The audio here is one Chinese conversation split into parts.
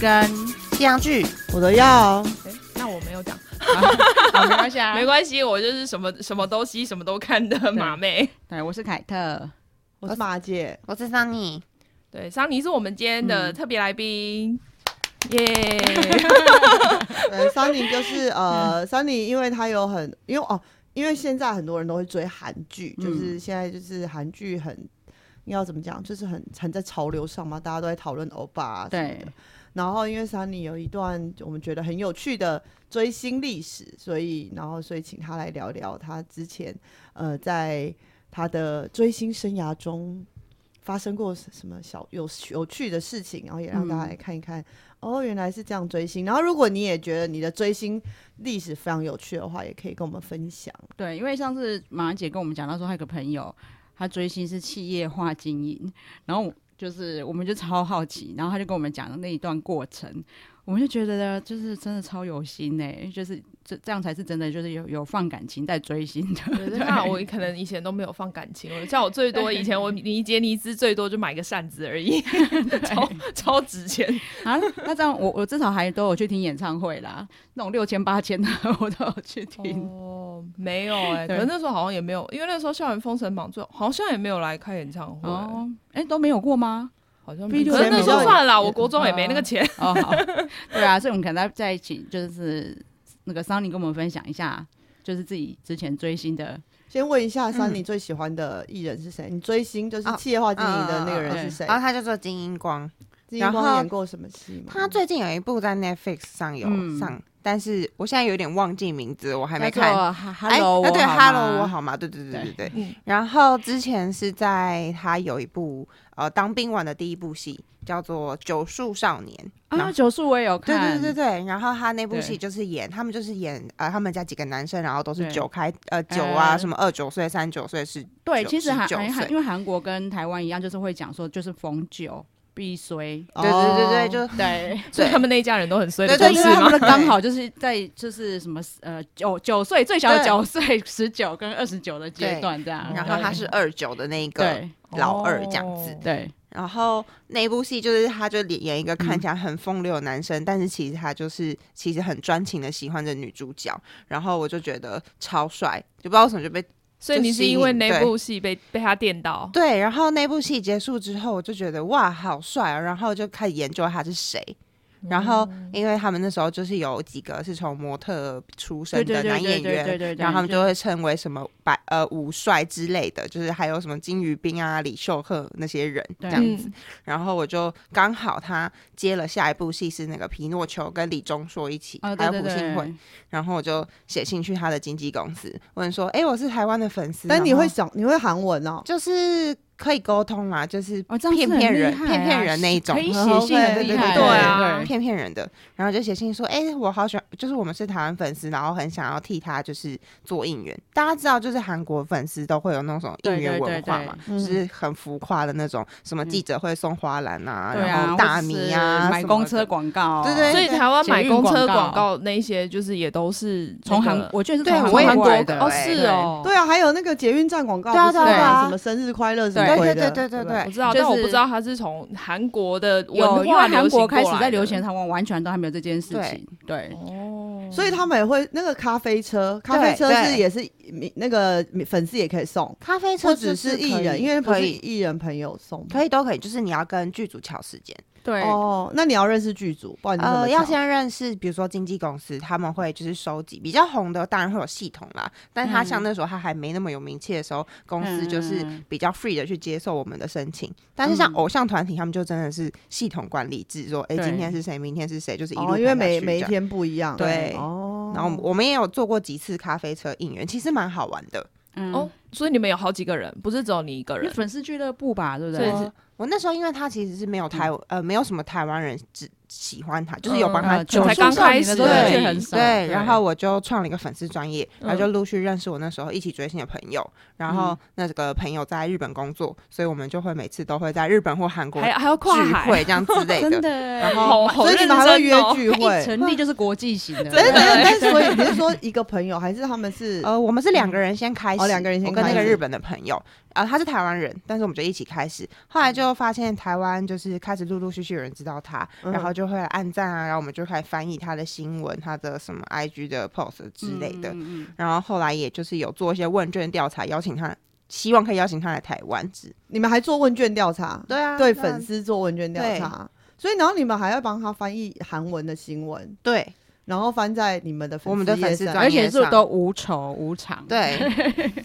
跟西洋 剧，我的药，哦诶那我没有讲，好， 没关系啊没关系，我就是什么什么东西什么都看的马妹。对，我是凯特，我是马姐，我是桑尼。对，桑尼是我们今天的嗯特别来宾，耶！ 呃，桑尼就是呃，桑尼，因为他有很，因为哦，因为现在很多人都会追韩剧，嗯就是现在就是韩剧很，要怎么讲，就是很很在潮流上嘛，大家都在讨论欧巴、啊，对，然后因为桑尼有一段我们觉得很有趣的追星历史，所以然后所以请他来聊聊他之前呃在他的追星生涯中发生过什么小有有趣的事情，然后也让大嗯家来看一看、哦原来是这样追星。然后如果你也觉得你的追星历史非常有趣的话，也可以跟我们分享。对，因为上次马姐跟我们讲到说，她有个朋友，她追星是企业化经营，然后就是我们就超好奇，然后她就跟我们讲那一段过程，我们就觉得就是真的超有心呢、就是这这样才是真的，就是有有放感情在追星的。对那我可能以前都没有放感情，我像我最多以前我尼杰尼兹最多就买个扇子而已，超超值钱。 啊，那这样我我至少还都有去听演唱会啦，那种六千八千的我都有去听。哦，没有哎、对可是那时候好像也没有，因为那时候校园封神榜最好像也没有来开演唱会，哦，哎、都没有过吗？好像比没如有。可是前那面时候就算了啦，也我国中也嗯没那个钱。 哦，好，对啊，所以我们可能在在一起，就是那个桑尼跟我们分享一下，就是自己之前追星的，先问一下，桑嗯尼最喜欢的艺人是谁？你追星就是哦企业化经营的嗯那个嗯人嗯是谁然？后他就做金英光，金英然光后演过什么戏吗？他最近有一部在 Netflix 上有嗯上，但是我现在有点忘记名字，我还没叫看。做哈 Hello，啊对我好，Hello，我吗，好吗？对对对对对。嗯，然后之前是在他有一部呃当兵完的第一部戏叫做《九树少年》然啊，后九叔我也有对看，对对对对，然后他那部戏对就是演，他们就是演呃，他们家几个男生，然后都是对九开呃九啊，呃什么二九岁、三九岁是，对九其实十韩九韩韩岁因为韩国跟台湾一样，就是会讲说就是逢九必衰，哦对对对对，就对。所以他们那一家人都很衰的对对故事对他吗们？的刚好就是在就是什么呃九九岁最小的九岁十九跟二十九的阶段这样，然后他是二九的那一个对老二这样子哦对然后那一部戏就是他就演一个嗯看起来很风流的男生，但是其实他就是其实很专情的喜欢着女主角，然后我就觉得超帅，就不知道为什么就被所以你是因为那部戏被被他电到，对，然后那部戏结束之后，我就觉得哇好帅、啊，然后就开始研究他是谁。嗯嗯然后，因为他们那时候就是有几个是从模特出身对的对对男对演对员对，对，然后他们就就会称为什么白呃武帅之类的，就是还有什么金宇彬啊、李秀赫那些人这对样子。然后我就刚好他接了下一部戏是那个《皮诺丘》，跟李钟硕一起，啊还对有对胡信惠对。，然后我就写信去他的经纪公司问说：“哎，我是台湾的粉丝。”但你会然后想，你会韩文哦？就是可以沟通啦，就是哦这样骗是很骗人、厉害啊骗骗人那一种可。以写信很厉害，嗯对啊骗骗人的，然后就写信说，哎、我好喜欢，就是我们是台湾粉丝，然后很想要替他就是做应援。大家知道，就是韩国粉丝都会有那种应援文化嘛，对对对对就是很浮夸的那种，什么记者会送花篮啊，对然啊，后大米啊，买公车，广告，啊对对所以台湾买公捷车运广告广告那些就是也都是那从个韩，我觉得是对从韩我国也来韩国的哦，对是哦，对啊，还有那个捷运站广告，对啊不是对啊吗对啊什么生日快乐什对么鬼对的，对对对吧对我，知道，就是但我不知道他是从韩国的有文因化为韩流行国过来开的始在流行，台湾完全都还没有这件事情，对哦，所以他们也会那个咖啡车，咖啡车嗯对是也是那个粉丝也可以送，咖啡车不只是是可艺以人，因为不可是以艺人朋友送嘛。可以都可以，就是你要跟剧组调时间，对哦，那你要认识剧组，哦不然你怎么呃，要抢先认识，比如说经纪公司，他们会就是收集比较红的，当然会有系统啦。但他像那时候他还没那么有名气的时候，公司就是嗯比较 free 的去接受我们的申请。但是像嗯偶像团体，他们就真的是系统管理制，说哎、对今天是谁，明天是谁，就是一路、哦，因为每每一。天不一样，对哦，然后我们我们也有做过几次咖啡车应援，其实蛮好玩的。嗯哦，所以你们有好几个人，不是只有你一个因为人，粉丝俱乐部吧，对不对对？是嗯我我那时候因为他其实是没有台、呃没有什么台湾人只喜欢他，就是有帮他呃做哦才刚开始九十而已岁很少，对，然后我就创了一个粉丝专业，嗯然后就陆续认识我那时候一起追星的朋友，然后那个朋友在日本工作，所以我们就会每次都会在日本或韩国还还要跨聚海，会这样之 类真的。的，然后好好所以你认们还会约哎真哦 聚它一会，成立就是国际型的，但是真的但是所以你是说一个朋友还是他们是呃，我们是两个人先开嗯始，哦两个人先我跟那开个始呃日本的朋友，啊、他是台湾人，但是我们就一起开始，后来就又发现台湾就是开始陆陆续续有人知道他，嗯然后就会来按赞啊，然后我们就开始翻译他的新闻、他的什么 IG 的 post 之类的。嗯嗯嗯然后后来也就是有做一些问卷调查，邀请他，希望可以邀请他来台湾之。你们还做问卷调查？对啊，对那粉，丝做问卷调对查，所以然后你们还要帮他翻译韩文的新闻，对然后翻在你们的粉我们的粉页丝上专而页且是上都无酬无偿，， 对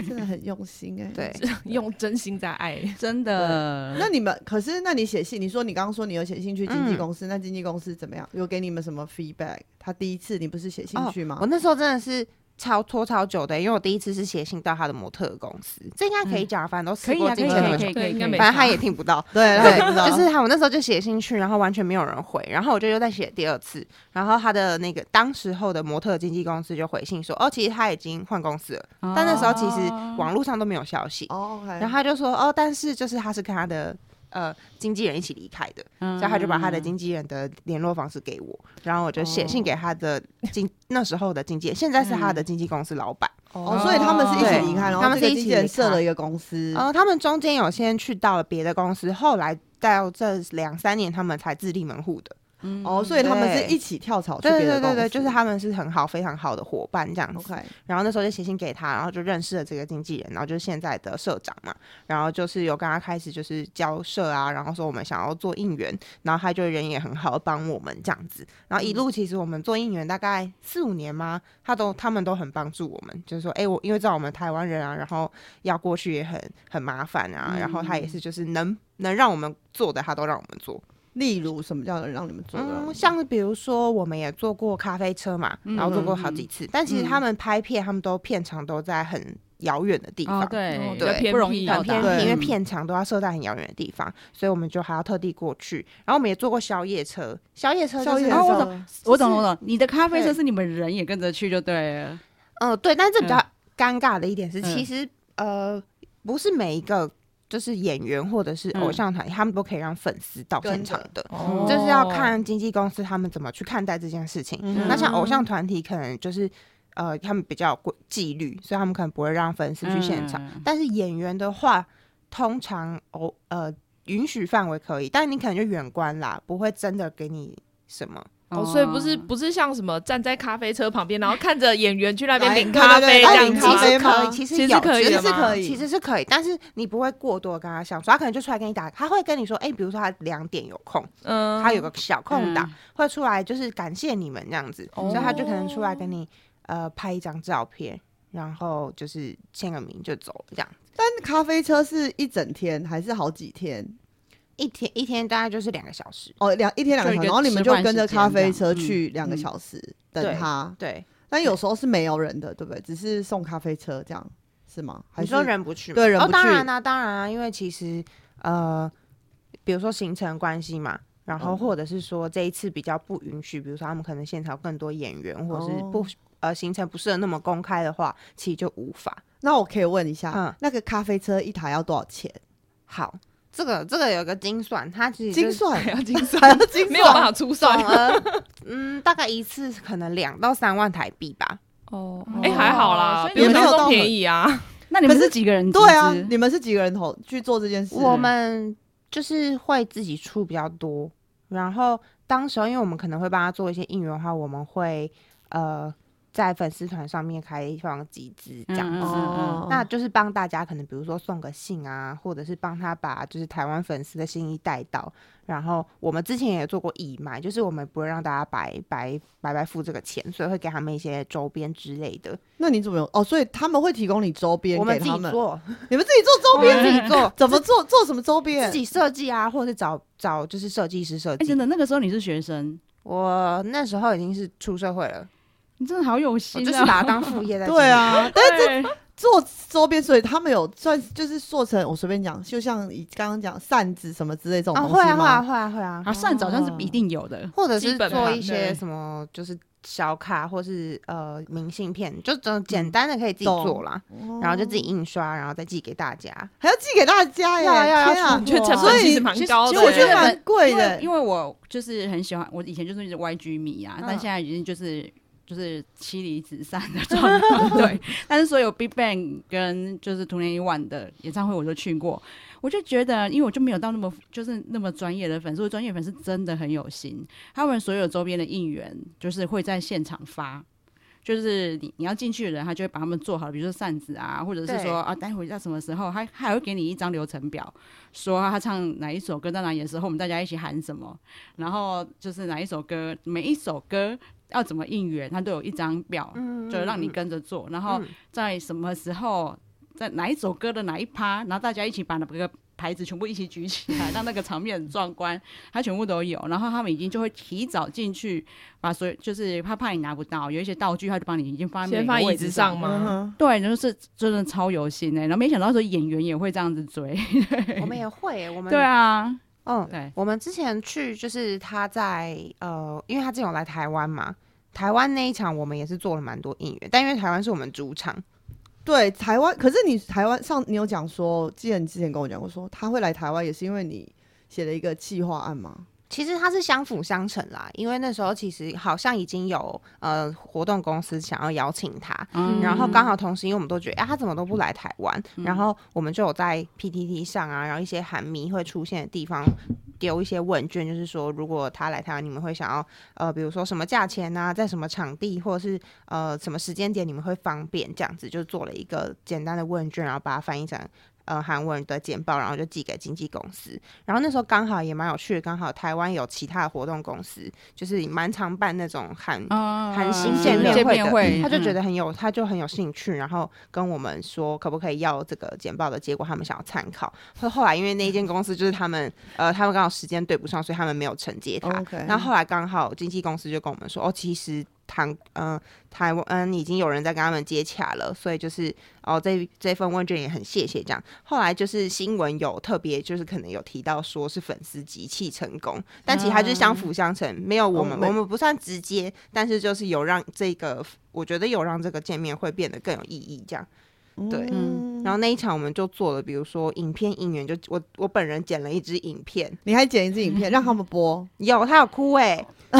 真的很用心哎、 对，用真心在爱。真的。那你们可是，那你写信，你说你刚刚说你有写信去经纪嗯公司，那经纪公司怎么样？有给你们什么 feedback？他第一次你不是写信哦去吗？我那时候真的是超拖超久的，因为我第一次是写信到他的模特公司，这应该嗯可以讲，反正都可试以过啊，可金以，钱可合以，作可以，可对以，应该可以没反正他也听不到。对， 对他不知道就是他，我那时候就写信去，然后完全没有人回，然后我就又再写第二次，然后他的那个当时候的模特经纪公司就回信说，哦，其实他已经换公司了，哦但那时候其实网络上都没有消息，哦，OK，然后他就说，哦，但是就是他是跟他的呃经纪人一起离开的，哦，所以他就把他的嗯经纪人的联络方式给我，然后我就写信给他的经、那时候的经纪人，现在是他的经纪公司老板。哦，所以他们是一起对离开，然他后们这是个一经起纪人离设开了一个公司，呃，他们中间有先去到了别的公司，后来到这两三年他们才自立门户的。嗯哦，所以他们是对一起跳槽去别对对的公对司，对，就是他们是很好非常好的伙伴这样子。 OK，然后那时候就写信给他，然后就认识了这个经纪人，然后就是现在的社长嘛，然后就是有跟他开始就是交涉啊，然后说我们想要做应援，然后他就人也很好，帮我们这样子，然后一嗯路其实我们做应援大概四五年嘛，他都他们都很帮助我们，就是说哎、我因为知道我们台湾人啊，然后要过去也很很麻烦嗯啊，然后他也是就是能能让我们做的他都让我们做，例如什么叫让你们做的？嗯，像比如说我们也坐过咖啡车嘛，然后坐过好嗯几次，但其实他们拍片，他们都片场都在很遥远的地方。哦，对比较对偏不容僻易很到很达偏对僻，因为嗯片场都要设在很遥远的地方，所以我们就还要特地过去。然后我们也坐过宵夜车，宵夜车就宵是夜然哦后我懂我社懂，就是我懂。你的咖啡车对是你们人也跟着去就对了，嗯，对，但是这比较嗯尴尬的一点是，嗯其实呃，不是每一个就是演员或者是偶嗯像团体，他们都可以让粉丝到跟现着场的，哦就是要看经纪公司他们怎么去看待这件事情。嗯那像偶像团体，可能就是呃，他们比较有规纪律，所以他们可能不会让粉丝去现场。嗯但是演员的话，通常偶呃允许范围可以，但你可能就远观啦，不会真的给你什么。哦，所以不是不是像什么站在咖啡车旁边，然后看着演员去那边来领对咖对啡哎对这来样领子，咖啡吗可以，哦其其实实有，可以其的实是吗可以，其实是可以，但是你不会过多跟他相处，他可能就出来跟你打，他会跟你说，哎、比如说他两点有空，嗯，他有个小空档、嗯会出来，就是感谢你们这样子，哦所以他就可能出来跟你呃拍一张照片，然后就是签个名就走了这样。但咖啡车是一整天还是好几天？一天一天大概就是两个小时，哦，两一天两个就一个小时，然后你们吃就饭跟着时间咖这啡车样去两个嗯小时等对他，对，但有时候是没有人的，对不对？只是送咖啡车这样是吗？还你是说人不去吗？对人哦，不当去然啦、当然啊，因为其实呃，比如说行程关系嘛。然后，嗯或者是说这一次比较不允许，比如说他们可能现场有更多演员，或者是不、哦呃行程不适合那么公开的话，其实就无法。那我可以问一下，嗯那个咖啡车一台要多少钱？好，这个这个有个精算，它其实就精 是算 要精还要精 没有办算，法出总算额， 嗯，大概一次可能两到三万台币吧。哦哦哎、还好啦所，以比我你们想没有到中很便宜啊。 那你们可是是几个人集资？ 对啊，你们是几个人头去做这件事？我们就是会自己出比较多，然后当时候因为我们可能会帮他做一些应援的话，我们会呃在粉丝团上面开放集资这样子。嗯嗯哦，那就是帮大家，可能比如说送个信啊，或者是帮他把就是台湾粉丝的心意带到。然后我们之前也做过义卖，就是我们不会让大家白白白白付这个钱，所以会给他们一些周边之类的。那你怎么有？哦，所以他们会提供你周边我给们自他己们，做，你们自己做周我边，们自己做，怎么做？做什么周边？自己设计啊，或者是找找就是设计师设哎，计真。的，那个时候你是学生，我那时候已经是出社会了，你真的好有我心啊，就是把它当副业在经营。 对啊，但是 对，做周边，所以他们有算就是做成我随便讲，就像你刚刚讲扇子什么之类这种哦，东会西啊，会啊，吗？会啊，会啊，啊，扇子好像是一定有的，或者是基本做盘一些对什么就是小卡或是呃明信片，就这种简单的可以自己做啦，嗯然后就自己印刷，然后再寄给大家。哦还要寄给大家耶！要啊要啊天啊出，觉得成本其实蛮高其实其实的，我我觉觉得得蛮蛮贵因为的，因为我就是很喜欢，我以前就是一直 YG 迷啊，嗯但现在已经就是就是妻离子散的状态， 对。但是所有 Big Bang 跟就是图年一晚的演唱会我都去过，我就觉得，因为我就没有到那么就是那么专业的粉丝，我专业粉丝真的很有心，他们所有周边的应援就是会在现场发。就是你你要进去的人，他就会把他们做好，比如说扇子啊，或者是对说啊，待会到什么时候，他他还会给你一张流程表，说他唱哪一首歌到哪里的时候，我们大家一起喊什么，然后就是哪一首歌，每一首歌要怎么应援，他都有一张表，就让你跟着做，然后嗯在什么时候，在哪一首歌的哪一趴，然后大家一起把那个牌子全部一起举起来，让那个场面很壮观，他全部都有。然后他们已经就会提早进去，把所有就是他怕你拿不到，有一些道具他就帮你已经放在先每放个位椅置子上嗯吗？哼，对，就是真的超有心哎、然后没想到说演员也会这样子追，嗯 我们也会耶，我们对啊，嗯，对我们之前去就是他在呃，因为他之前有来台湾嘛，台湾那一场我们也是做了蛮多应援，但因为台湾是我们主场，对台湾，可是你台湾上你有讲说，记得你之前跟我讲过说他会来台湾，也是因为你写了一个企划案吗？其实它是相辅相成啦，因为那时候其实好像已经有呃活动公司想要邀请他，嗯然后刚好同时，因为我们都觉得，哎、他怎么都不来台湾？然后我们就有在 PTT 上啊，然后一些韩迷会出现的地方丢一些问卷，就是说，如果他来台湾，你们会想要呃，比如说什么价钱啊，在什么场地，或者是呃什么时间点，你们会方便这样子，就做了一个简单的问卷，然后把它翻译成。呃，韩文的简报，然后就寄给经纪公司。然后那时候刚好也蛮有趣的，刚好台湾有其他的活动公司，就是蛮常办那种韩韩韩星见面会嗯的面会，他就觉嗯得很有，他就很有兴趣，然后跟我们说可不可以要这个简报的结果，他们想要参考。后后来因为那一间公司就是他们，呃，他们刚好时间对不上，所以他们没有承接他。 OK 然后后来刚好经纪公司就跟我们说，哦，其实韩，嗯、台湾，嗯，已经有人在跟他们接洽了，所以就是，哦，这这份问卷也很谢谢这样。后来就是新闻有特别，就是可能有提到说是粉丝集气成功，但其实它就是相辅相成，没有我们，哦没我们不算直接，但是就是有让这个，我觉得有让这个见面会变得更有意义这样。对嗯然后那一场我们就做了，比如说影片应援，就我我本人剪了一支影片，你还剪一支影片让他们播，有，他有哭哎、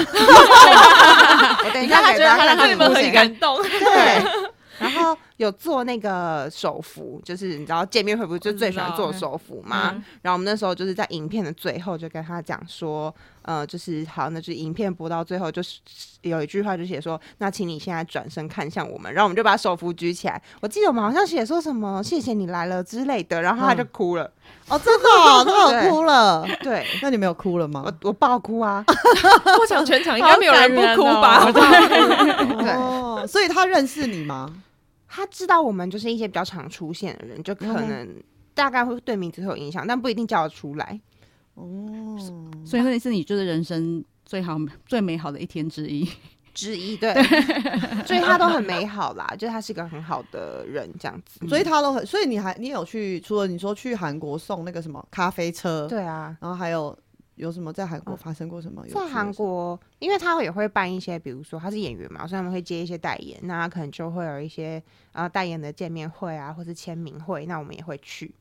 我等一你看下他给觉得大他家 看对你们哭很声感动， 对。然后有做那个手幅，就是你知道见面会不是就最喜欢我知做道手幅嘛？嗯然后我们那时候就是在影片的最后就跟他讲说，呃，就是好，那就影片播到最后就是有一句话就写说，那请你现在转身看向我们，然后我们就把手幅举起来。我记得我们好像写说什么谢谢你来了之类的，然后他就哭了。 哦，真的、哦，他对有哭了。对那你没有哭了吗？我我爆哭啊，我想全场应该没有人不哭 吧？对。哦，所以他认识你吗？他知道我们就是一些比较常出现的人，就可能大概会对名字会有影响，但不一定叫得出来。哦，所以那是你就是人生最好最美好的一天之一。之一对，所以他都很美好啦，就是他是一个很好的人这样子。所以他都很，所以你还你有去，除了你说去韩国送那个什么咖啡车，对啊，然后还有有什么在韩国发生过什么有趣的在事？韩国，因为他也会办一些，比如说他是演员嘛，所以他们会接一些代言，那他可能就会有一些呃代言的见面会啊，或是签名会，那我们也会去。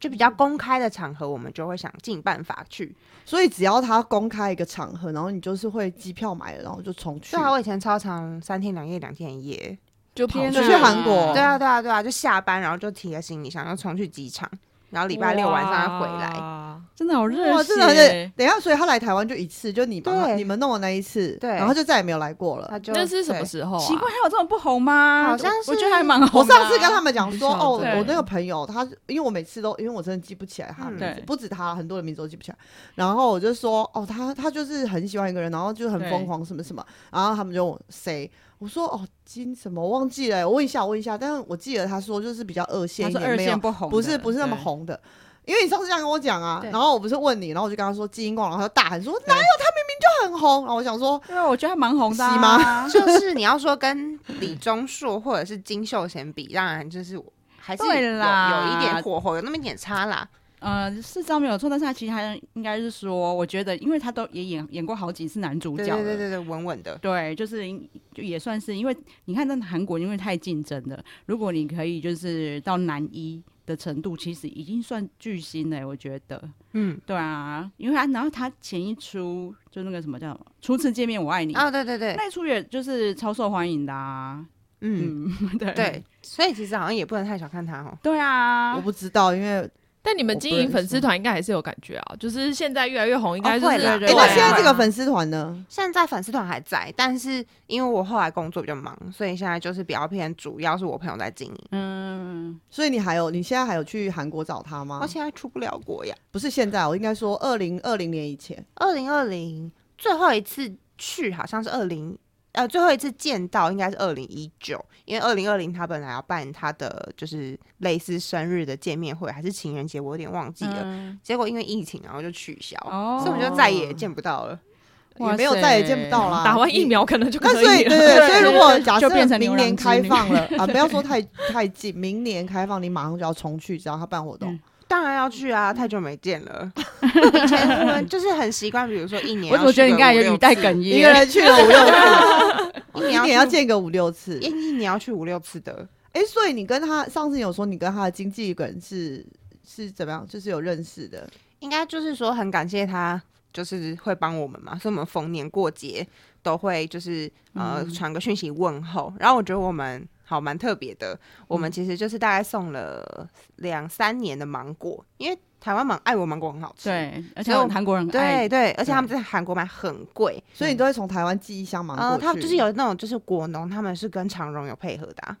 就比较公开的场合，我们就会想尽办法去。所以只要他公开一个场合，然后你就是会机票买了，然后就重去。对啊，我以前超常三天两夜、两天一夜，就跑天去哪韩国对啊，对啊，对啊，就下班然后就提了行李箱，然后冲去机场，然后礼拜六晚上再回来。来。真的好热哇，血真的很热。等一下，所以他来台湾就一次，就你帮他对你们弄的那一次，对然后就再也没有来过了。他就那是什么对时候啊？奇怪，还有这种不红吗？好像我我觉是得还蛮红 我的啊。上次跟他们讲说，很少哦，对我那个朋友他，因为我每次都，因为我真的记不起来他的名嗯字对，不止他，很多人名字都记不起来。然后我就说，哦，他他就是很喜欢一个人，然后就很对疯狂什么什么。然后他们就问我谁，我说哦金什么我忘记了，我问一下我问一下。但是我记得他说就是比较二线他一说点，二没有线不红的，不是不是那么对。红的。因为你上次这样跟我讲啊，对然后我不是问你，然后我就跟他说基因光，然后他就大喊说哪有他明明就很红，然后我想说对，我觉得还蛮红的啊。是 就是你要说跟李钟硕或者是金秀贤比，当然就是还是有对啦有一点火候，有那么一点差啦。 呃，是这样没有错，但是他其实还应该是说，我觉得，因为他都也演演过好几次男主对角了，对对对对，稳稳的。对，就是应就也算是，因为你看，那韩国因为太竞争了，如果你可以就是到男一的程度，其实已经算巨星了，我觉得。嗯，对啊，因为他然后他前一出就那个什么叫“初次见面我爱你”，哦，对对对，那一出也就是超受欢迎的啊。嗯，嗯， 对对，所以其实好像也不能太小看他哦。对啊，我不知道，因为但你们我不经营认粉识丝团应该还是有感觉啊，就是现在越来越红，应该就会是啦对哎，那对现在这啊对个粉丝团呢？现在粉丝团还在，但是因为我后来工作比较忙，所以现在就是比较偏，主要是我朋友在经营。嗯，所以你还有，你现在还有去韩国找他我、吗？现在出不了国呀。不是现在，我应该说二零二零年以前。二零二零最后一次去好像是二零。呃，最后一次见到应该是二零一九，因为二零二零他本来要办他的就是类似生日的见面会，还是情人节，我有点忘记了。嗯结果因为疫情，然后就取消，哦所以我们就再也见不到了。也没有再也见不到啦。打完疫苗可能就那可所以以对了。对，所以如果对假就变设成明牛年郎织开女放了啊，不要说太太近，明年开放你马上就要冲去，只要他办活动嗯。当然要去啊，太久没见 了。以前我们就是很习惯，比如说一年我要总去个五六次，觉得你刚才有语带哽一个咽。人去了五六次，一一年年要去见个五六次一。一年要去五六次的。哎，所以你跟他上次你有说你跟他的经纪人是是怎么样，就是有认识的。应该就是说很感谢他，就是会帮我们嘛，所以我们逢年过节都会就是呃嗯传个讯息问候。然后我觉得我们好蛮特别的，我们其实就是大概送了两三年的芒果，因为台湾芒爱国芒果很好吃。。对，而且所以我们韩国人很爱对对，而且对他们在韩国买很贵，所以你都会从台湾寄一箱芒果呃，去。他们就是有那种就是果农，他们是跟长荣有配合的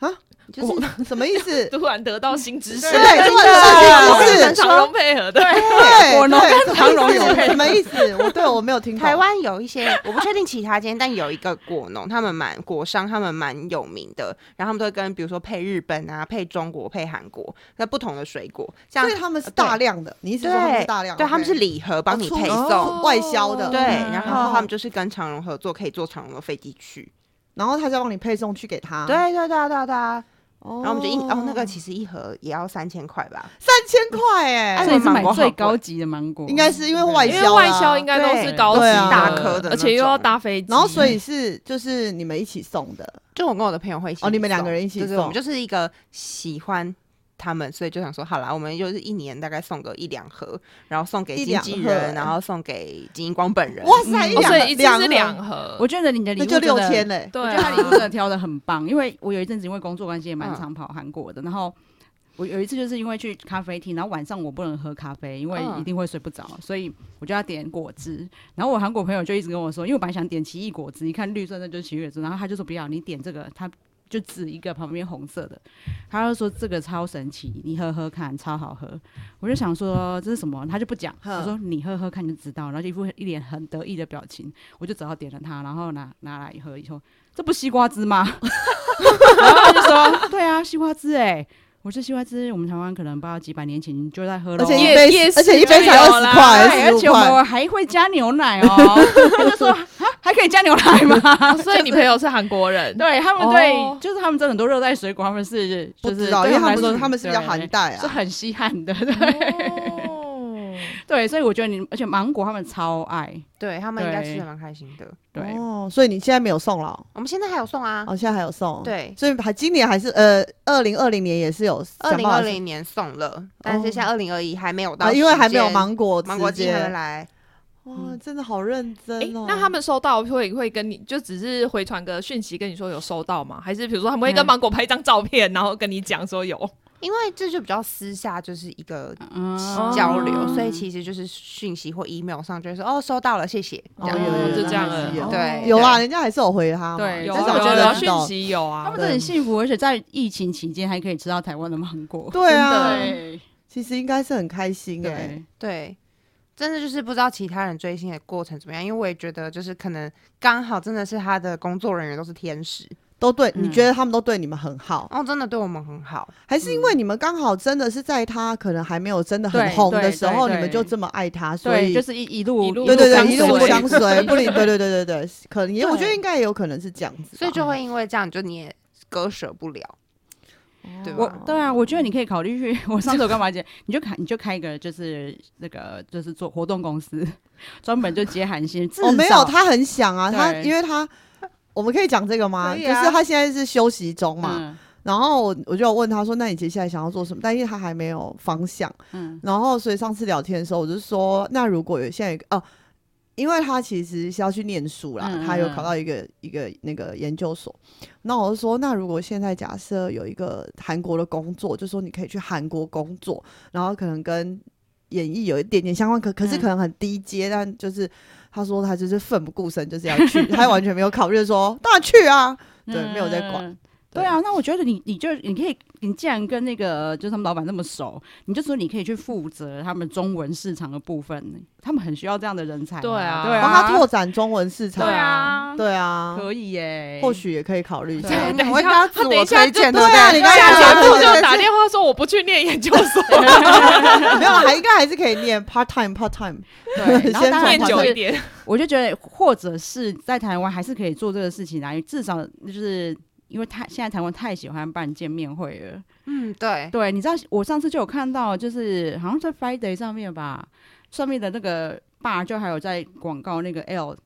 啊，就是哦什么意思？ 突然得到新知识，对，这个是是跟是长荣配合的，对，果农对跟长荣有配什么意思？我对我没有听懂台湾有一些， 我不确定其他间，但有一个果农，他们蛮果商，他们蛮有名的。然后他们都会跟，比如说配日本啊、配中国、配韩国，那不同的水果，这样所以他们是大量的，你一直说他们是大量的，对他们是 OK 礼盒帮你出配哦送。外销的对，嗯然后他们就是跟长荣合作，可以坐嗯长荣的飞机去。然后他再帮你配送去给他。对对对啊对啊对啊！哦，然然后我们就一哦，那个其实一盒也要三千块吧？三千块哎、哎所以是买最芒果好高贵级的芒果，应该是因为外因销啦，为外销应该都是高级啊对的啊大颗的那而且又要种搭飞机，然后所以是就是你们一起送的，就我跟我的朋友会一起哦你们两送个人一起对对送我们就是一个喜欢他们，所以就想说好啦，我们就是一年大概送个一两盒，然后送给一经两纪盒人，哎然后送给金英光本人。哇塞，嗯一哦，两所个以一次是盒两盒，我觉得你的礼那物就六千了。嘞。对我啊觉得他礼物真的挑的很棒，因为我有一阵子因为工作关系也蛮嗯常跑韩国的，然后。我有一次就是因为去咖啡厅，然后晚上我不能喝咖啡，因为嗯一定会睡不着，所以我就要点果汁。然后我韩国朋友就一直跟我说，因为我本来想点奇异果汁，一看绿色那就是奇异果汁，然后他就说不要，你点这个，他就指一个旁边红色的，他就说这个超神奇，你喝喝看，超好喝。我就想说这是什么，他就不讲，哼我说你喝喝看就知道，然后就一副一脸很得意的表情，我就只好点了它，然后拿拿来喝以后，这不西瓜汁 吗？然后他就说对啊，西瓜汁哎、我这西瓜汁，我们台湾可能不知道几百年前就在喝了，而且一夜杯夜，而且市一杯就才有二啦十对，块，十而五且我块。们还会加牛奶哦。 他就说啊，还可以加牛奶吗？哦所以你朋友是韩国 人，对他们对，哦就是他们这很多热带水果，他们是 不就是知道，因对为他来们说是他们是比较对寒带是啊，很稀罕的，对哦，对，所以我觉得你，而且芒果他们超爱，对他们应该对吃的蛮开心的。对，哦，所以你现在没有送了哦，我们现在还有送啊，哦，现在还有送，，对，所以还今年还是呃，二零二零年也是有想二办零法二零年送了，但是现在二零二一还没有到啊，时间，因为还没有芒果芒果直季还没接，来，哇，真的好认真诶哦。那他们收到会会跟你就只是回传个讯息跟你说有收到吗？还是比如说他们会跟嗯芒果拍一张照片，然后跟你讲说哦有？因为这就比较私下，就是一个嗯交流，哦所以其实就是讯息或 email 上就会说哦收到了，谢谢。这哦有样有有就这样有了有，对有啊啦，人家还是有回他嘛，对有但至是少我觉就得啊，人知知道讯息有啊他，们都很幸福，而且在疫情期间还可以吃到台湾的芒果，对啊，对其实应该是很开心哎、对，对，真的就是不知道其他人追星的过程怎么样，因为我也觉得就是可能刚好真的是他的工作人员都是天使，都对，嗯你觉得他们都对你们很好，哦，真的对我们很好。还是因为你们刚好真的是在他可能还没有真的很对红对的时候，对你对们就这么爱他，所对，以就是一一路一路对对对，一一路路相相随 随，不理对对对对对，可能也对我觉得应该也有可能是这哦样子吧，所以就会因为这样，就你也割舍不了。哦对吧我当啊然，我觉得你可以考虑去。我上次有跟马姐，你就开你就开一个，就是那个就是做活动公司，专门就接韩星。至哦没有，少他很想啊，他对因为他我们可以讲这个吗？可以就啊是他现在是休息中嘛，嗯然后我我就有问他说，那你接下来想要做什么？但因为他还没有方向，嗯然后所以上次聊天的时候，我就说，那如果有现在有一个哦、因为他其实是要去念书啦，嗯嗯他有嗯考到一个一个那个研究所。那我就说，那如果现在假设有一个韩国的工作，就说你可以去韩国工作，然后可能跟演艺有一点点相关，可可是嗯可能很低阶，但就是他说他就是奋不顾身就是要去，他完全没有考虑说当然去啊，对，没有在管。嗯对啊，那我觉得你你就你可以，你既然跟那个就是他们老板那么熟，你就说你可以去负责他们中文市场的部分，他们很需要这样的人才、对啊啊，对帮他拓做，展中文市场对，啊，对啊，可以耶、或许也可以考虑一下对。啊对等一我会下跟他他自等一我下推荐，就对不对啊你刚才 下 节讲目到就打电话说我不去念研究 所，没有，啊还应该还是可以念 part time part time。对，然后先当然念从就久一是，点。我就觉得或者是在台湾还是可以做这个事情啊，至少就是。因为太现在台湾太喜欢办见面会了，嗯，对，对，你知道我上次就有看到，就是好像在 Friday 上面吧，上面的那个 bar 就还有在广告那个 L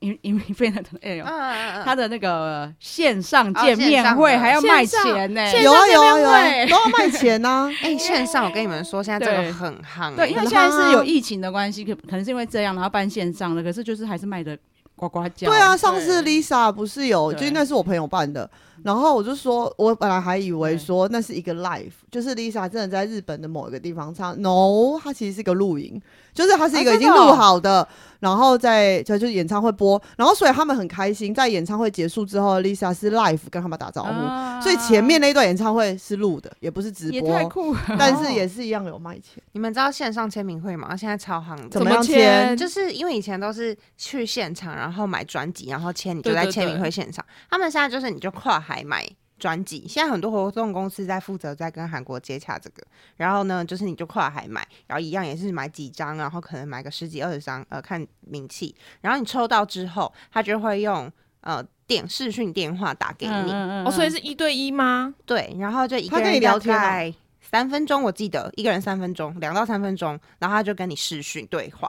In Infinite L，、嗯他的那个线上哦见线面上会的还要卖线上钱呢、线有啊有啊有见啊，面会都要卖钱啊呐、哎、线上我跟你们说，现在这对个很夯、欸对，因为很现在夯啊是有疫情的关系，可可能是因为这样，然后办线上的，可是就是还是卖的呱呱叫。对啊，，上次 Lisa 不是有，对就是那是我朋友办的，然后我就说，我本来还以为说那是一个 live，就是 Lisa 真的在日本的某一个地方唱，no，它其实是个录影，就是它是一个啊已真的经哦录好的，然后在就就是演唱会播，然后所以他们很开心，在演唱会结束之后，Lisa 是 live 跟他们打招呼，啊所以前面那一段演唱会是录的，也不是直也播太，酷了，但哦是也是一样有卖钱。你们知道线上签名会吗？现在超夯的，怎么样怎么签签？就是因为以前都是去现场，然后买专辑，然后签，你就对在对签名对会现场。他们现在就是你就跨海买专辑，现在很多活动公司在负责在跟韩国接洽这个。然后呢，就是你就跨海买，然后一样也是买几张，然后可能买个十几二十张，呃，看名气。然后你抽到之后，他就会用呃电视讯电话打给你，嗯哦，所以是一对一吗？对，然后就一个嗯他跟人你聊天哦大概三分钟，我记得一个人三分钟，两到三分钟，然后他就跟你视讯对话，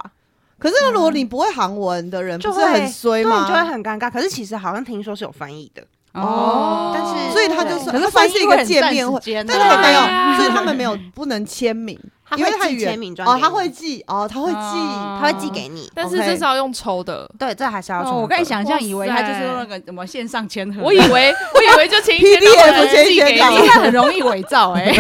可是如果你不会韩文的人，就不是很衰对，吗？你就会很尴尬。可是其实好像听说是有翻译的，哦，但是所以他就对算可是他算翻是译一会个很见占面时会，间但是他啊没对啊有，所以他们没有不能签名，他因为会太寄远签名专哦，给他你会寄哦，他会寄，哦他会寄给你。但是 OK 至少用抽的。对，这还是要、哦，我刚才，想象以为他哇就塞是那个什么线上签嗯合，我以 为我以为就前一天 PDF 让我签寄给签到你现，在很容易伪造 哎、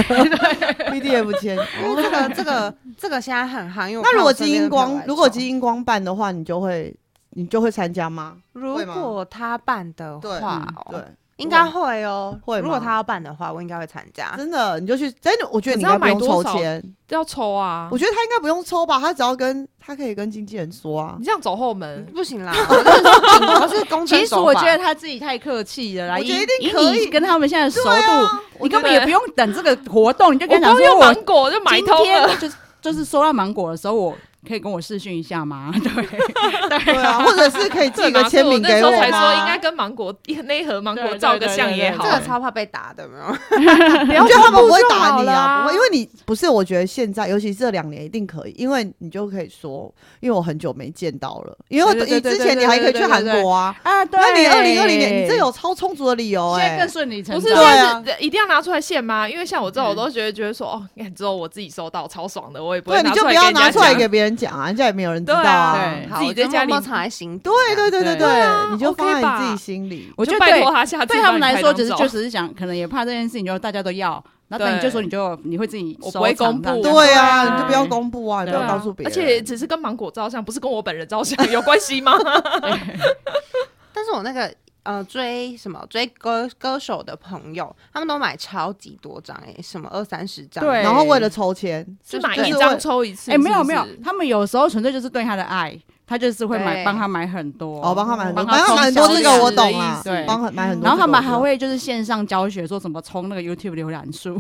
PDF 签。哦因为这个这个这个现在很夯，因为我那如果看我身基边因的朋友光来，如果抽基因光办的话，你就会你就会参加吗？如会吗果他办的对话嗯，哦对，，应该会哦。会吗如果他要办的话，我应该会参加。真的你就去，但我觉得你应可是该要不用买抽多少签， 要抽啊我！觉得他应该不用抽吧，他只要跟他可以跟经纪人说啊你。这样走后门，不行啦，哦我是 我是工程其实手我法觉得他自己太客气了啦，我觉得以一定以可以你跟他们现在的熟对度，啊，你根觉本也得不用等这个活动，你就我跟不他讲说用用我芒果就买今通了。天就是就是收到芒果的时候，我可以跟我视讯一下吗？ 对，对啊，或者是可以 寄这个拿签错名给那时候吗才说应该跟芒果那一盒芒果照个相也好啊这。个欸超怕被打的，有没有？不我要觉得他们不会重打复你就好啊，啦不会，因为你不是。我觉得现在，尤其这两年一定可以，因为你就可以说，因为我很久没见到了，因为对对你对之对前对你还可以对对去韩对国啊。啊，对。那你二零二零年，你这有超充足的理由现在哎、更顺理成不是，章。对啊但是一定要拿出来献吗？因为像我这种，我都觉得觉得说，哦，你看只有我自己收到，超爽的，我也不会嗯对，你就不出来要给拿出来人家给别人讲啊，人家也没有人知对道啊啊。对好自己我在就家默默里藏在心底对对对对对对，你就 OK 放在你自己吧心里。我讲，觉就得拜对托他下次对他们啊帮来你拍说，张只是照就只是想，可能也怕这件事情，就大家都 要，然后对但你就说你就你会自己收我藏，不会这样公布对对对啊，啊你就不要公布啊，你不对要啊告诉别人。而且只是跟芒果照相，不是跟我本人照相， 有关 系吗？但是我那个呃追什么追歌歌手的朋友，他们都买超级多张哎、什么二三十张，对然后为了抽签，是买就是一为张抽一次？哎，没有是不没是有，他们有时候纯粹就是对他的爱，他就是会买对帮他买很多，哦，帮他买很多，帮他他买很多冲这销个我量懂啊的意，思帮很买很多。然后他们还，会就是线上教学，说怎么冲那个 YouTube 浏览数，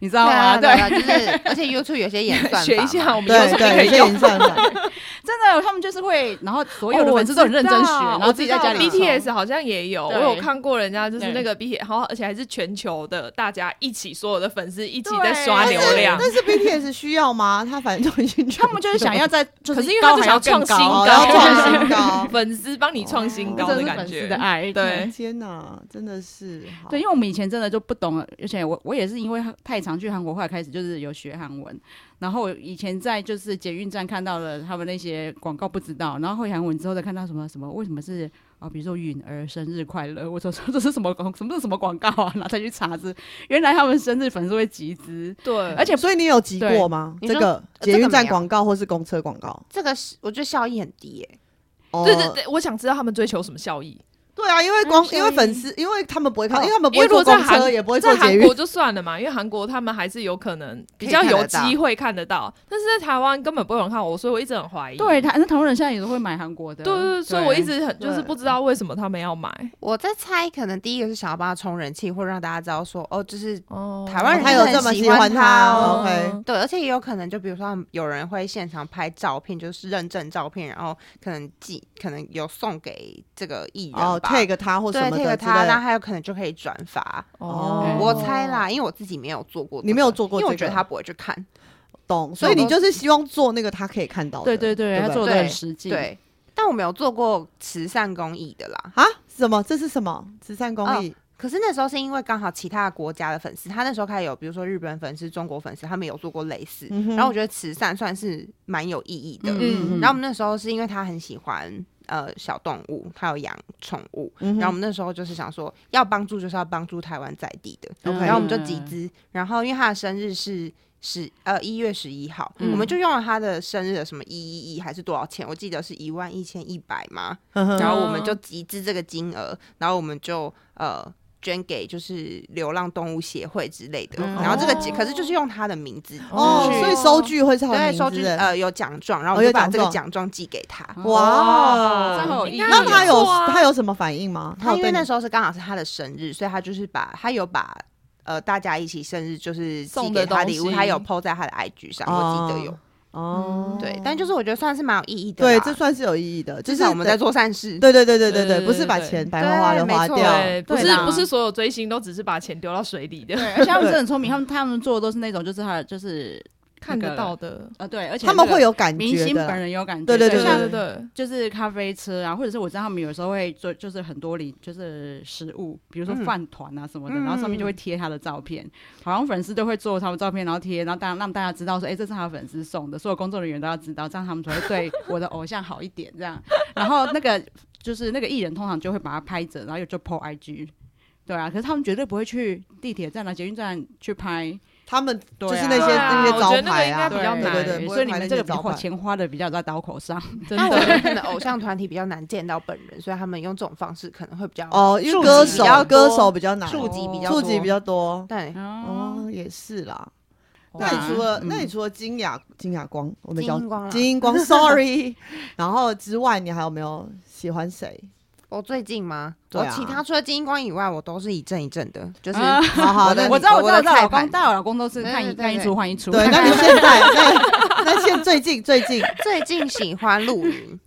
你知道对啊吗？啊对啊，就是而且 YouTube 有些演算法 嘛学一下，我们对有什么可对，以这用？也算算。真的，他们就是会，然后所有的哦粉丝都很认真学，我知道然后自己在家里我知道抄 BTS 好像也有，我对有看过人家就是对那个 BTS，然后而且还是全球的，大家一起所有的粉丝一起对在刷但流是量。但是 BTS 需要吗？他反正都已经他们就是想 要 在，就可是因为他高就还想要要更创新高哦高。要对创新高粉丝帮你创新这哦高真的是感粉丝觉的。爱， 对天哪，真的是好对，因为我们以前真的就不懂，而且我我也是因为太常去韩国，后来开始就是有学韩文。然后我以前在就是捷运站看到了他们那些广告不知道，然后会韩文之后再看到什么什么为什么是啊，比如说允儿生日快乐，我说 说这是什么广什么是什么广告啊，然后再去查资，原来他们生日粉丝会集资，对，而且所以你有集过吗？对这个捷你说运这个站没有广告或是公车广告？这个是我觉得效益很低耶、哦对对对，我想知道他们追求什么效益。对啊，因为光嗯因为粉丝，因为他们不会看，哦因为他们不因为会如果坐在公韩车，也不会坐在捷韩运国。就算了嘛，因为韩国他们还是有可能比较有机会看得到，但是在台湾根本不用看我，所以我一直很怀疑。对，台那台湾人现在也都会买韩国的，对对对，所以我一直很就是对不知道为什么他们要买。我在猜，可能第一个是想要帮他冲人气，或者让大家知道说，哦，就是哦台湾人他有这么喜欢他哦很喜欢，OK 对，而且也有可能，就比如说他们有人会现场拍照片，就是认证照片，然后可能寄，可能有送给这个艺人吧。哦，tag 他或对什么，take 的之他，类那的。还有可能就可以转发。哦嗯我猜啦，因为我自己没有做过这个，你没有做过因为我这个觉得他不会去看。懂，所以你就是希望做那个他可以看到的。对对对，不他做的对很实际，对，但我没有做过慈善公益的啦。啊，什么？这是什么？慈善公益？可是那时候是因为刚好其他国家的粉丝，他那时候开始有，比如说日本粉丝、中国粉丝，他们有做过类似。嗯哼然后我觉得慈善算是蛮有意义的。嗯，嗯然后我们那时候是因为他很喜欢呃小动物，他有养宠物，嗯哼然后我们那时候就是想说要帮助就是要帮助台湾在地的，嗯然后我们就集资，然后因为他的生日是。十呃一月十一号，嗯我们就用了他的生日的什么一一一还是多少钱？我记得是一万一千一百嘛，嗯哼然后我们就集资这个金额，然后我们就呃捐给就是流浪动物协会之类的。嗯然后这个哦金可是就是用他的名字哦，去所以收据会是他的对名收字据的呃有奖状，然哦后我有就把奖这个状奖状寄给他。哇这很哦有意义。哦那他有不错啊他有什么反应吗？他因为有对那你时候是刚好是他的生日，所以他就是把他有把呃大家一起生日就是寄送给的他东礼物，西他有 PO 在他的 IG 上，我记得有。嗯哦，对，但就是我觉得算是蛮有意义的对，啦。这算是有意义的，就至是少我们在做善事。对对对对对对，对不是把对钱白花花的对花没错掉，对，不对是啦不是所有追星都只是把钱丢到水里 的，对，而且他们是很聪明，他们他们做的都是那种，就是他就是看得到的。呃，对，而且他们会有有感明觉星的本啦。人有感觉，对对就对像对对，就是咖啡车啊，或者是我知道他们有时候会做，就是很多礼，就是食物，比如说嗯饭团啊什么的，嗯然后上面就会贴他的照片，好像粉丝都会做他们照片，然后贴，然后大家让大家知道说，哎、这是他的粉丝送的，所有工作人员都要知道，这样他们才会对我的偶像好一点，这样。然后那个就是那个艺人通常就会把它拍着，然后就 po IG。对啊，可是他们绝对不会去地铁站啊、捷运站去拍，他们对就啊是那些对啊那些我招觉得那个牌应啊，该对比较对难对，所以你们这个比招花牌。钱花的比较在刀口上，真但我的们可能偶像团体比较难见到本人，所以他们用这种方式可能会比较哦，因为触歌及比手较歌多手比较难，哦触及比较触多及比较多。对。啊哦，哦，也是啦。哇 那你除了那你嗯除了金哑金哑光，我们金叫英光啦金英光，sorry。然后之外，你还有没有喜欢谁？我最近吗？对啊我其他除了金英光以外，我都是一阵一阵的，就是、啊好好，我那的你我知道，我我知道，我知道，的老菜盘公，大家老公都是对看对一对看一对出换一出。对，那你现在那那现最近最近最近喜欢陆云，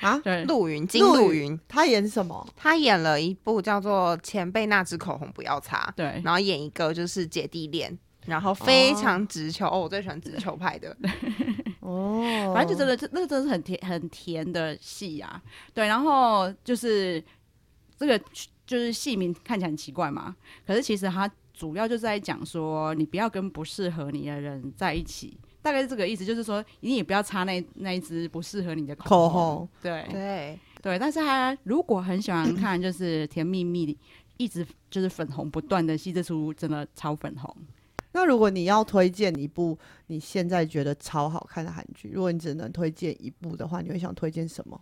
啊， 对陆云金陆陆云云，他演什么？他演了一部叫做《前辈那支口红不要擦》，对，然后演一个就是姐弟恋，然后非常直球哦，我最喜欢直球派的。哦，反正就真的，那个真的是很甜很甜的戏啊。对，然后就是这个就是戏名看起来很奇怪嘛，可是其实它主要就在讲说，你不要跟不适合你的人在一起。大概是这个意思，就是说你也不要擦那那一支不适合你的口口红，对对，对，但是他如果很喜 欢看，就是《甜蜜蜜》一直就是粉红不断的戏，这出真的超粉红。那如果你要推荐一部你现在觉得超好看的韩剧，如果你只能推荐一部的话，你会想推荐什么？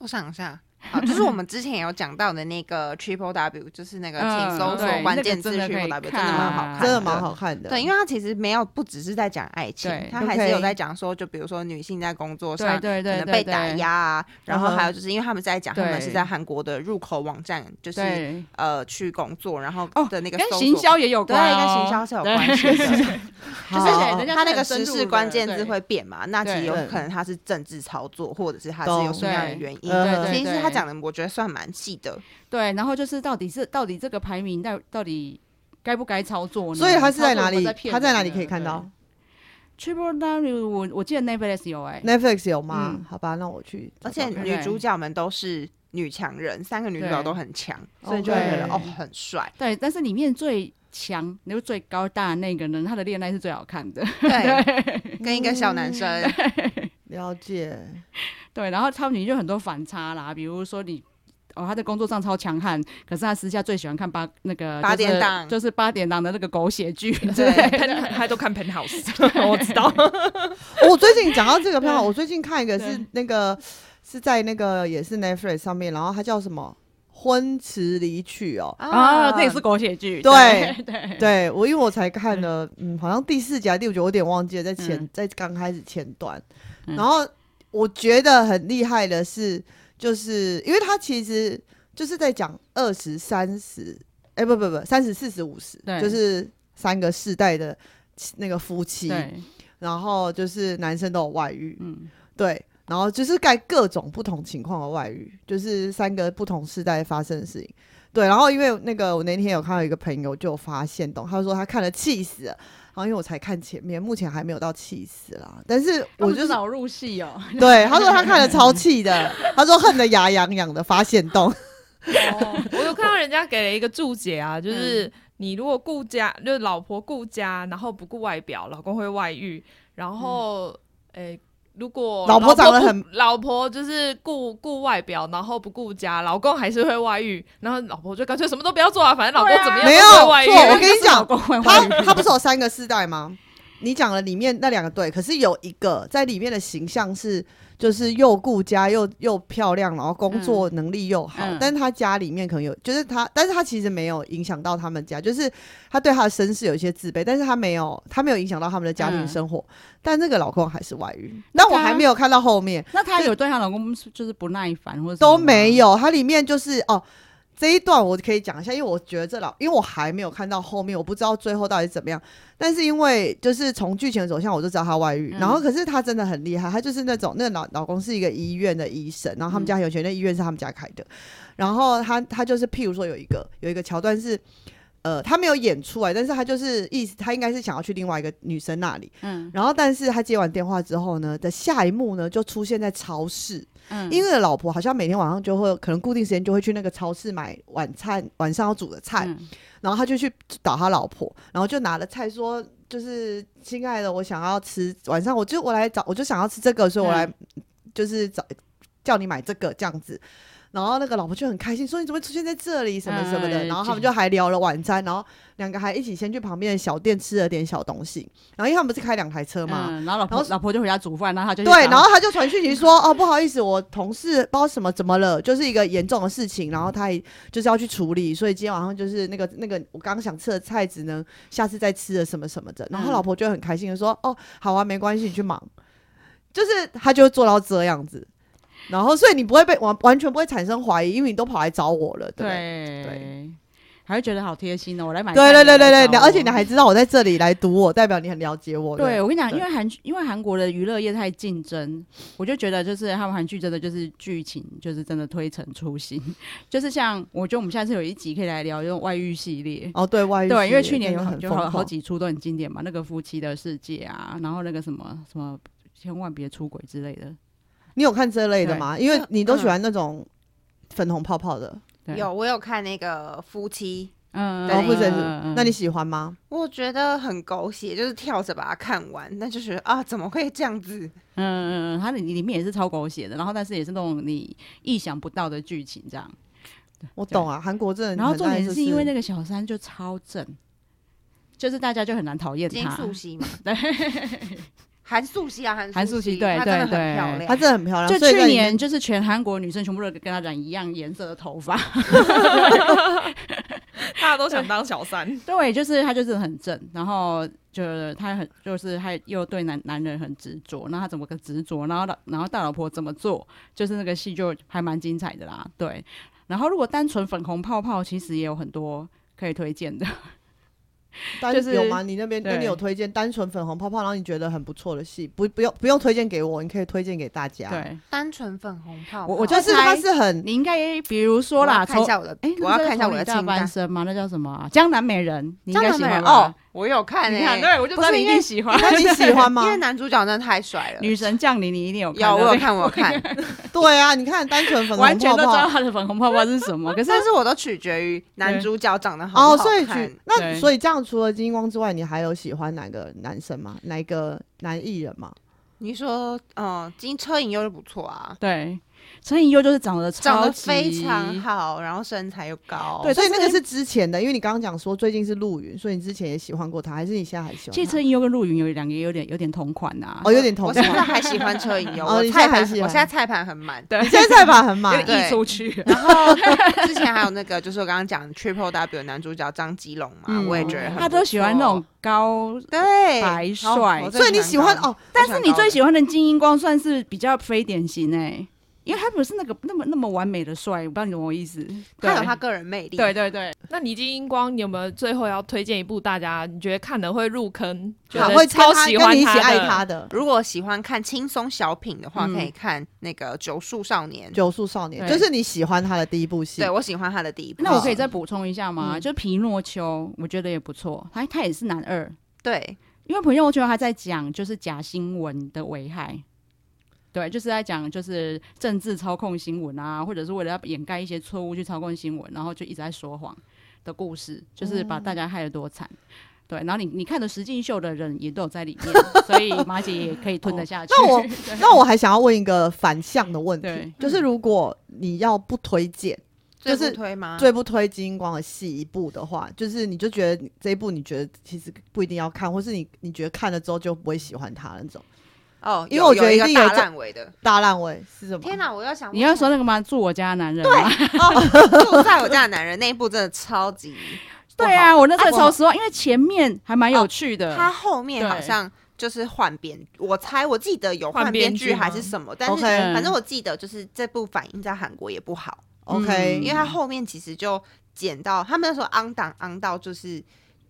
我想一下，好，就是我们之前有讲到的那个 Triple W，就是那个请嗯搜索对那关个键字真的可以 Triple W，真的看蛮好看，真的蛮。好看的。啊对，因为它其实没有不只是在讲爱情对，它还是有 OK 在讲说，就比如说女性在工作上对对可对能对，被打压啊，然后嗯哼还有就是因为他们在讲，他们对是在韩国的入口网站，就是对，呃去工作，然后哦的那个跟搜行索销也有对关哦，跟行销是有对关系的。好，就是人家它那是个很时深入事的关键字对会变嘛，那其实有对可能它是政治操作，或者是它是懂有什么样的原因。对对其实对他讲的，我觉得算蛮细的。 对，然后就是到底是到底这个排名到到底该不该操作呢？所以他是在操作哪有里没有骗？他在哪里人可以呢看到对？Triple W，我我记得 Netflix 有哎、 ？Netflix 有吗？嗯好吧，那我去找而找且看。女主角们都是女强人，三个女主角都很强，对所以就会觉得 OK 哦很帅。对，但是里面最强，然后最高大的那个人，他的恋爱是最好看的。对，跟一个小男生，嗯了解，对，然后他们里面就很多反差啦，比如说你。哦，他在工作上超强悍，可是他私下最喜欢看八那个八就是点档就是八点档的那个狗血 剧。对， 他他都看 Penthouse，我 知道。 我最近讲到这个片段，我最近看一个是那个是在那个也是 Netflix 上面，然后它叫什么《婚词离曲》哦。啊，这也是狗血剧。对对对，我因为我才看了，嗯，好像第四集还是第五集，我有点忘记了，在前、嗯在刚开始前段，嗯然后我觉得很厉害的是，就是因为它其实就是在讲二十三十，哎，不不不，三十四十五十，对就是三个世代的那个夫妻，对，然后就是男生都有外遇， 嗯，对，然后就是盖各种不同情况的外遇，就是三个不同时代发生的事情。对，然后因为那个我那天有看到一个朋友就有发现懂，他说他看了气死了，然后因为我才看前面，目前还没有到气死啦，但是我我就就是老入戏哦。对他说他看了超气的，他说恨得牙痒痒的发现洞，我有看到人家给了一个注解啊，就是你如果顾家，就是老婆顾家，然后不顾外表，老公会外遇，然后诶。如果老婆长得不很，老婆就是顾顾外表，然后不顾家，老公还是会外遇，然后老婆就干脆什么都不要做啊，反正老公怎么样没有都不会外遇。错，我跟你讲哎老，公会他坏，他不是有三个世代吗？你讲了里面那两个对，可是有一个在里面的形象是，就是又顾家又又漂亮，然后工作能力又好，嗯但是他家里面可能有，就是他，但是他其实没有影响到他们家，就是他对他的身世有一些自卑，但是他没有他没有影响到他们的家庭嗯生活，但那个老公还是外遇，但我还没有看到后面那她有对她老公就是不耐烦或者什么都吗没？有，它里面就是哦。这一段我可以讲一下，因为我觉得这老，因为我还没有看到后面，我不知道最后到底怎么样。但是因为就是从剧情的走向，我就知道他外遇。嗯然后可是他真的很厉害，他就是那种那老老公是一个医院的医生，然后他们家很有钱，那医院是他们家开的。然后他他就是譬如说有一个有一个桥段是，呃，他没有演出来，但是他就是意思他应该是想要去另外一个女生那里。嗯然后但是他接完电话之后呢，的下一幕呢就出现在超市。嗯，因为为老婆好像每天晚上就会，可能固定时间就会去那个超市买晚餐，晚上要煮的菜，嗯然后他就去找他老婆，然后就拿了菜说，就是亲爱的，我想要吃晚上，我就我来找，我就想要吃这个，所以我来、就是找叫你买这个这样子。然后那个老婆就很开心，说你怎么会出现在这里什么什么的。哎然后他们这就还聊了晚餐，然后两个还一起先去旁边的小店吃了点小东西。然后因为他们不是开两台车嘛，嗯，然后老然婆后老婆就回家煮饭，然后她就去对，找然后他就传讯息说：“哦，不好意思，我同事不知道什么怎么了，就是一个严重的事情，然后他也就是要去处理，所以今天晚上就是那个那个我刚刚想吃的菜，只能下次再吃了什么什么的。”然后他嗯老婆就很开心的说：“哦，好啊，没关系，你去忙。”就是他就做到这样子，然后所以你不会被完完全不会产生怀疑，因为你都跑来找我了，对不对？对对还会觉得好贴心哦，我来买菜对对你对来对找对，我而且你还知道我在这里来堵我，代表你很了解我。对，我跟你讲，对因为韩剧，因为韩国的娱乐业太竞争，我就觉得就是他们韩剧真的就是剧情就是真的推陈出新，就是像我觉得我们下次有一集可以来聊用外遇系列。哦，对外遇对，因为系去列年真的很就疯好好狂几出都很经典嘛，那个夫妻的世界啊，然后那个什么什么，千万别出轨之类的。你有看这类的吗？因为嗯你都喜欢那种粉红泡泡的，对，有我有看那个夫妻，嗯，对嗯或者是嗯嗯那你喜欢吗？我觉得很狗血，就是跳着把它看完，那就觉得啊，怎么会这样子？嗯嗯嗯，它里里面也是超狗血的，然后但是也是那种你意想不到的剧情这样。我懂啊，韩国真的很然后爱就是。重点是因为那个小三就超正，就是大家就很难讨厌金他。素熙嘛，韩素汐啊，韩韩素素汐汐，对她真的对很漂对亮，她真的很漂亮。就啊所以在去里年，面就是全韩国女生全部都跟她染一样颜色的头发， 大家都想当小三，对，就是她就是很正，然后就是她很就是她又对男男人很执着，那她怎么个执着？然后老然后大老婆怎么做？就是那个戏就还蛮精彩的啦，对。然后如果单纯粉红泡泡，其实也有很多可以推荐的。单就是有吗？你那边对那你有推荐单纯粉红泡泡，然后你觉得很不错的戏，不不用不用推荐给我，你可以推荐给大家。，对，单纯粉红泡泡，我我就就是它猜是很你应该比如说我啦，要看一从下我的哎，，我要看一下我的大清半单。生吗？那叫什么啊、江南美人》，你应张该南喜美人欢哦吧？，我有看你诶、看，对，我就知道哎不是你一因为定喜欢。那 你喜欢 吗因为？男主角真的太帅了。女神降临，你一定有看有，我有对看，我有看，对啊，你看单纯不对粉红完全泡哦都知泡道。她的粉红泡泡是什么。可是 但是我都取决于男主角长得好哦，不好所以看去。那对所以这样，除了金光之外，你还有喜欢哪个男生吗？哪一个男艺人吗？你说，嗯，金车银优就不错啊，对，陈以优就是长得长超得级非常好，然后身材又高。对哦所以但那是个是之前的，因为你刚刚讲说最近是陆云，所以你之前也喜欢过他，还是你现在还其喜欢 实他？陈以优跟陆云有两个有点有点同款啊呐、哦，有点同我现在感。还喜欢车银优，哦我你现在菜还盘，喜欢我现在菜盘很满。对，你现在菜盘很有啊满，点溢出 去。然 后之前还有那个，就是我刚刚讲 Triple W 的男主角张基龙嘛，嗯我也觉得很不他都喜欢那种高，错对白帅哦我最所以你喜欢高哦，但是你最喜欢的金英光算是比较非典型哎、因为他不是那个那么那么完美的帅，我不知道你懂我意思。他有对他个人魅力，对对对，那你金英光，你有没有最后要推荐一部大家你觉得看了会入坑，觉好得会跟超他喜欢跟你一起爱他他的？的如果喜欢看轻松小品的话，嗯可以看那个《九树少年》。《九宿少年》，对就是你喜欢他的第一部戏对。我喜欢他的第一部。那我可以哦再补充一下吗？嗯就皮诺丘，我觉得也不错，他他也是男二，对，因为皮诺丘他在讲就是假新闻的危害。对，就是在讲就是政治操控新闻啊，或者是为了要掩盖一些错误去操控新闻，然后就一直在说谎的故事，就是把大家害得多惨。对，然后你你看的实境秀的人也都有在里面， 所以马姐也可以吞得下去。那我那我还想要问一个反向的问题对，就是如果你要不推荐，就就是是推吗？最不推金光的戏一部的话，就是你就觉得这一部你觉得其实不一定要看，或是你你觉得看了之后就不会喜欢他那种哦，因为有我觉得有一一定个有大这烂尾的。大烂尾是什么？天哪，我要想你要说那个吗？住我家的男人吗？ 哦，住在我家的男人那一部真的超级不好对 啊，我那时候啊我超失望，因为前面还蛮有趣的。他后面嗯对好像就是换编，我猜我记得有换换编编剧剧吗还是什么，但是 OK 反正我记得就是这部反应在韩国也不好， OK，嗯因为他后面其实就剪到他们那时候昂档昂到就是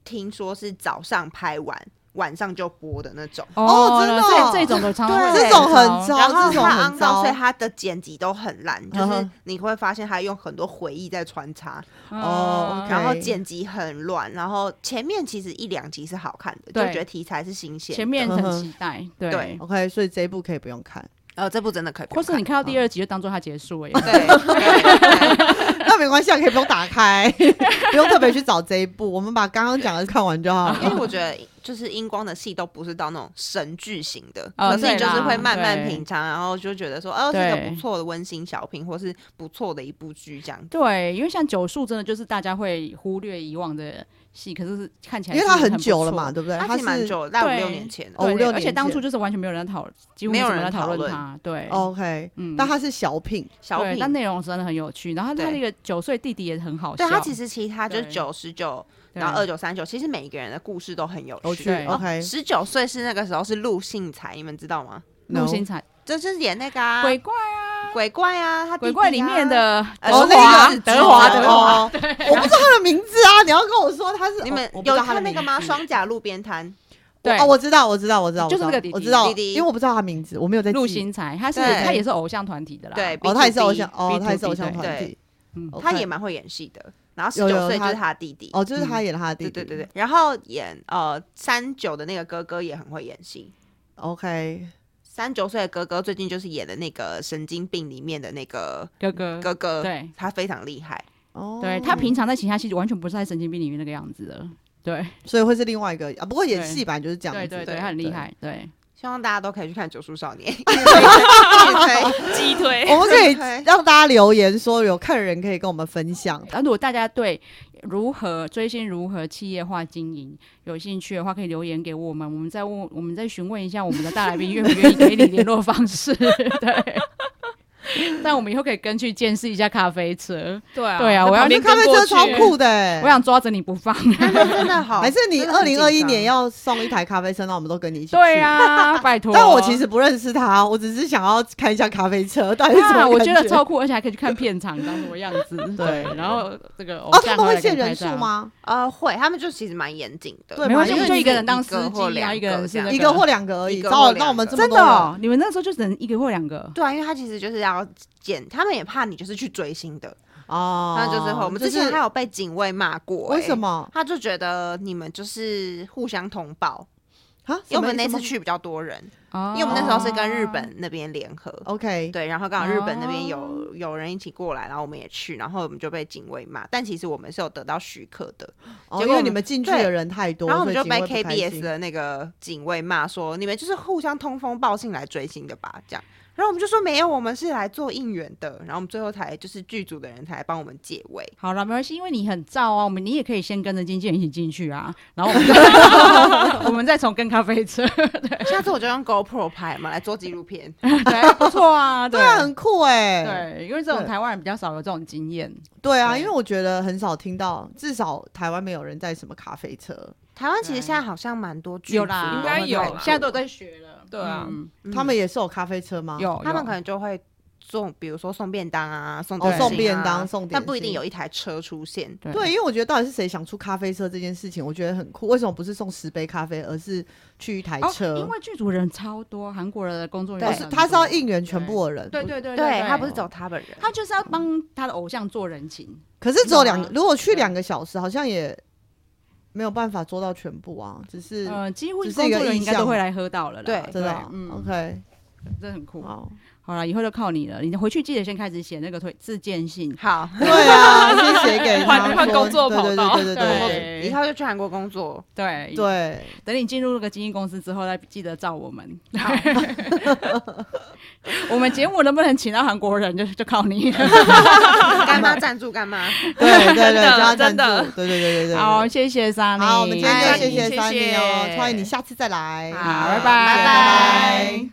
听说是早上拍完晚上就播的那种。哦真的哦这这种的常常对会这种很常糟，然后这种他很昂到，糟所以。他的剪辑都很烂，就嗯是哼你会发现他用很多回忆在穿插，哦嗯，OK 然后剪辑很乱，然后前面其实一两集是好看的，就对觉得题材是新鲜的。前面很期待，对对， OK，所以这一部可以不用看，呃，这部真的可以不或用是你看，看到第二集就当做它结束了耶。对对， 对那没关系，啊，可以不用打 开，不用特别去找这一部，我们把刚刚讲的看完就好了。 因为我觉得就是英光的戏都不是到那种神剧型的，哦可是你对就啦是会慢慢对品尝，然后就觉得说，哦，是个对不错的温馨小品，或是不错的一部剧这样。 对，因为像九数真的就是大家会忽略以往的戏，可是是看起因来为它它很久了嘛，，对不对？它它其实蛮是久了，在五对六年前了哦五对，六而且年当初前就是完全没有人讨，几乎没有没有人讨讨论它，对， OK，嗯哦但它是小品，小对品。但内容真的很有趣。然后他对那个九岁弟弟也很好笑，对他其实其他就是对九十九，对然后二呃九三九，其实每一个人的故事都很有有趣趣。哦对，OK，十九岁是那个时候是陆信才，你们知道吗？陆 No 星才这就是演那个啊鬼怪鬼怪啊，他弟弟鬼啊怪里面的呃德那个华是德华指德的华，哦，我不知道他的名字啊，你要跟我说他是 你哦们我不知有道他的看那个名字吗？双甲路边摊，对哦，我知道，我知道，我知道，就是那我知道个弟弟我知道，弟弟因为我不知道他名字，我没有在陆呃记。星才，他是对他也是偶像团体的啦，对，哦，他也是偶像， B2B 哦，他也是 B2B 偶像团体，嗯 OK 他也蛮会演戏的。然后十有有九岁就他是他弟弟，哦，就是嗯他演了他的弟对弟，对对对。然后演呃三九的那个哥哥也很会演戏。 ，OK，三九岁的哥哥最近就是演的那个神经病里面的那个哥哥，哥哥，嗯对他非常厉害。哦，对他平常在其他戏完全不是在神经病里面那个样子的，对所以会是另外一个啊，不过演对戏本来就是这样对子，对对对，他很厉害，对希望大家都可以去看《九叔 少年》一直推，哦一直推击推。 我们可以对让大家留言说，有看的人可以跟我们分享。然后如果大家对，如何追星如何企业化经营，有兴趣的话可以留言给我们，我们再问，我们再询问一下我们的大来宾愿不愿意给你联络方 式。对，但我们以后可以跟去见识一下咖啡车， 对啊，对啊在我要旁边没这咖跟啡过车去超酷的欸，我想抓着你不放。真的好，还是你真的二很紧零张二一年要送一台咖啡车，那我们都跟你一起去。对啊，拜托。但我其实不认识他，我只是想要看一下咖啡车到底是什么、啊，我觉得。超酷，而且还可以去看片场长什么样子。对，然后这个偶哦，他像们还会来给限你人拍数照？吗？呃会，他们就其实蛮严谨的，对没关系，因我们为就你一个人当司一个机，或然后一个两个人是这那样一个或两个而已。一个那或我两个那我们这么真多的、哦人，，你们那时候就只能一个或两个。对啊，因为他其实就是要捡，他们也怕你就是去追星的，哦，那就是会我们之前还有被警卫骂过、为什么？么他就觉得你们就是互相通报，啊？因为我们什那么次，去比较多人，哦因为我们那时候是跟日本那边联合，什么 OK，对，然后刚好日本那边有、哦有人一起过来，然后我们也去，然后我们就被警卫骂，但其实我们是有得到许可的，哦结因果为我你们们进去对的人太多，然后我所们以就警卫被不开心 KBS 的那个警卫骂说，你们就是互相通风报信来追星的吧？这样，然后我们就说没有，我们是来做应援的，然后我们最后才就是剧组的人才帮我们解围。好了，没关系，因为你很燥啊，我们你也可以先跟着经纪人一起进去 啊，然后我们我们再从跟咖啡车，下次我就用 GoPro 拍嘛，来做纪录片。对，不错啊，对对啊，很酷哎、对，因为这种对台湾人比较少有这种经验，对啊，对因为我觉得很少听到，至少台湾没有人在什么咖啡车。台湾其实现在好像蛮多剧组有啦，应该有我们啦现在都有在学了，对啊嗯嗯他们也是有咖啡车吗？有，他们有可能就会送，比如说送便当啊，送哦点，心啊送便当、，送点心，但不一定有一台车出现。对对，因为我觉得到底是谁想出咖啡车这件事情，我觉得很酷。为什么不是送十杯咖啡，而是去一台车？哦，因为剧组人超多，韩国人的工作人对哦员是很他是要多应援全部的人，对。对对对对，他不是走他本人，他就是要帮他的偶像做人情，可是只有两没有，啊如果去两个小时，好像也没有办法做到全部啊。只是呃，几乎只是工一个作人意应该都向会来喝到了啦，对真的啊嗯， OK，这很酷。好，好了，以后就靠你了，你回去记得先开始写那个推自荐信，好，对啊， 先写给他换换说工作跑道对对对对以后就去韩国工 作。对对对。等你进入那个经纪公司之后，再记得找我们。 我们节目能不能请到韩国人，就就靠你。干妈赞助干妈， 对对对，加赞真助的，对对对对对。好，谢谢莎莉。好，我们今天就嗨谢谢谢桑尼哦谢，欢迎你下次再来。好，拜拜，拜拜拜。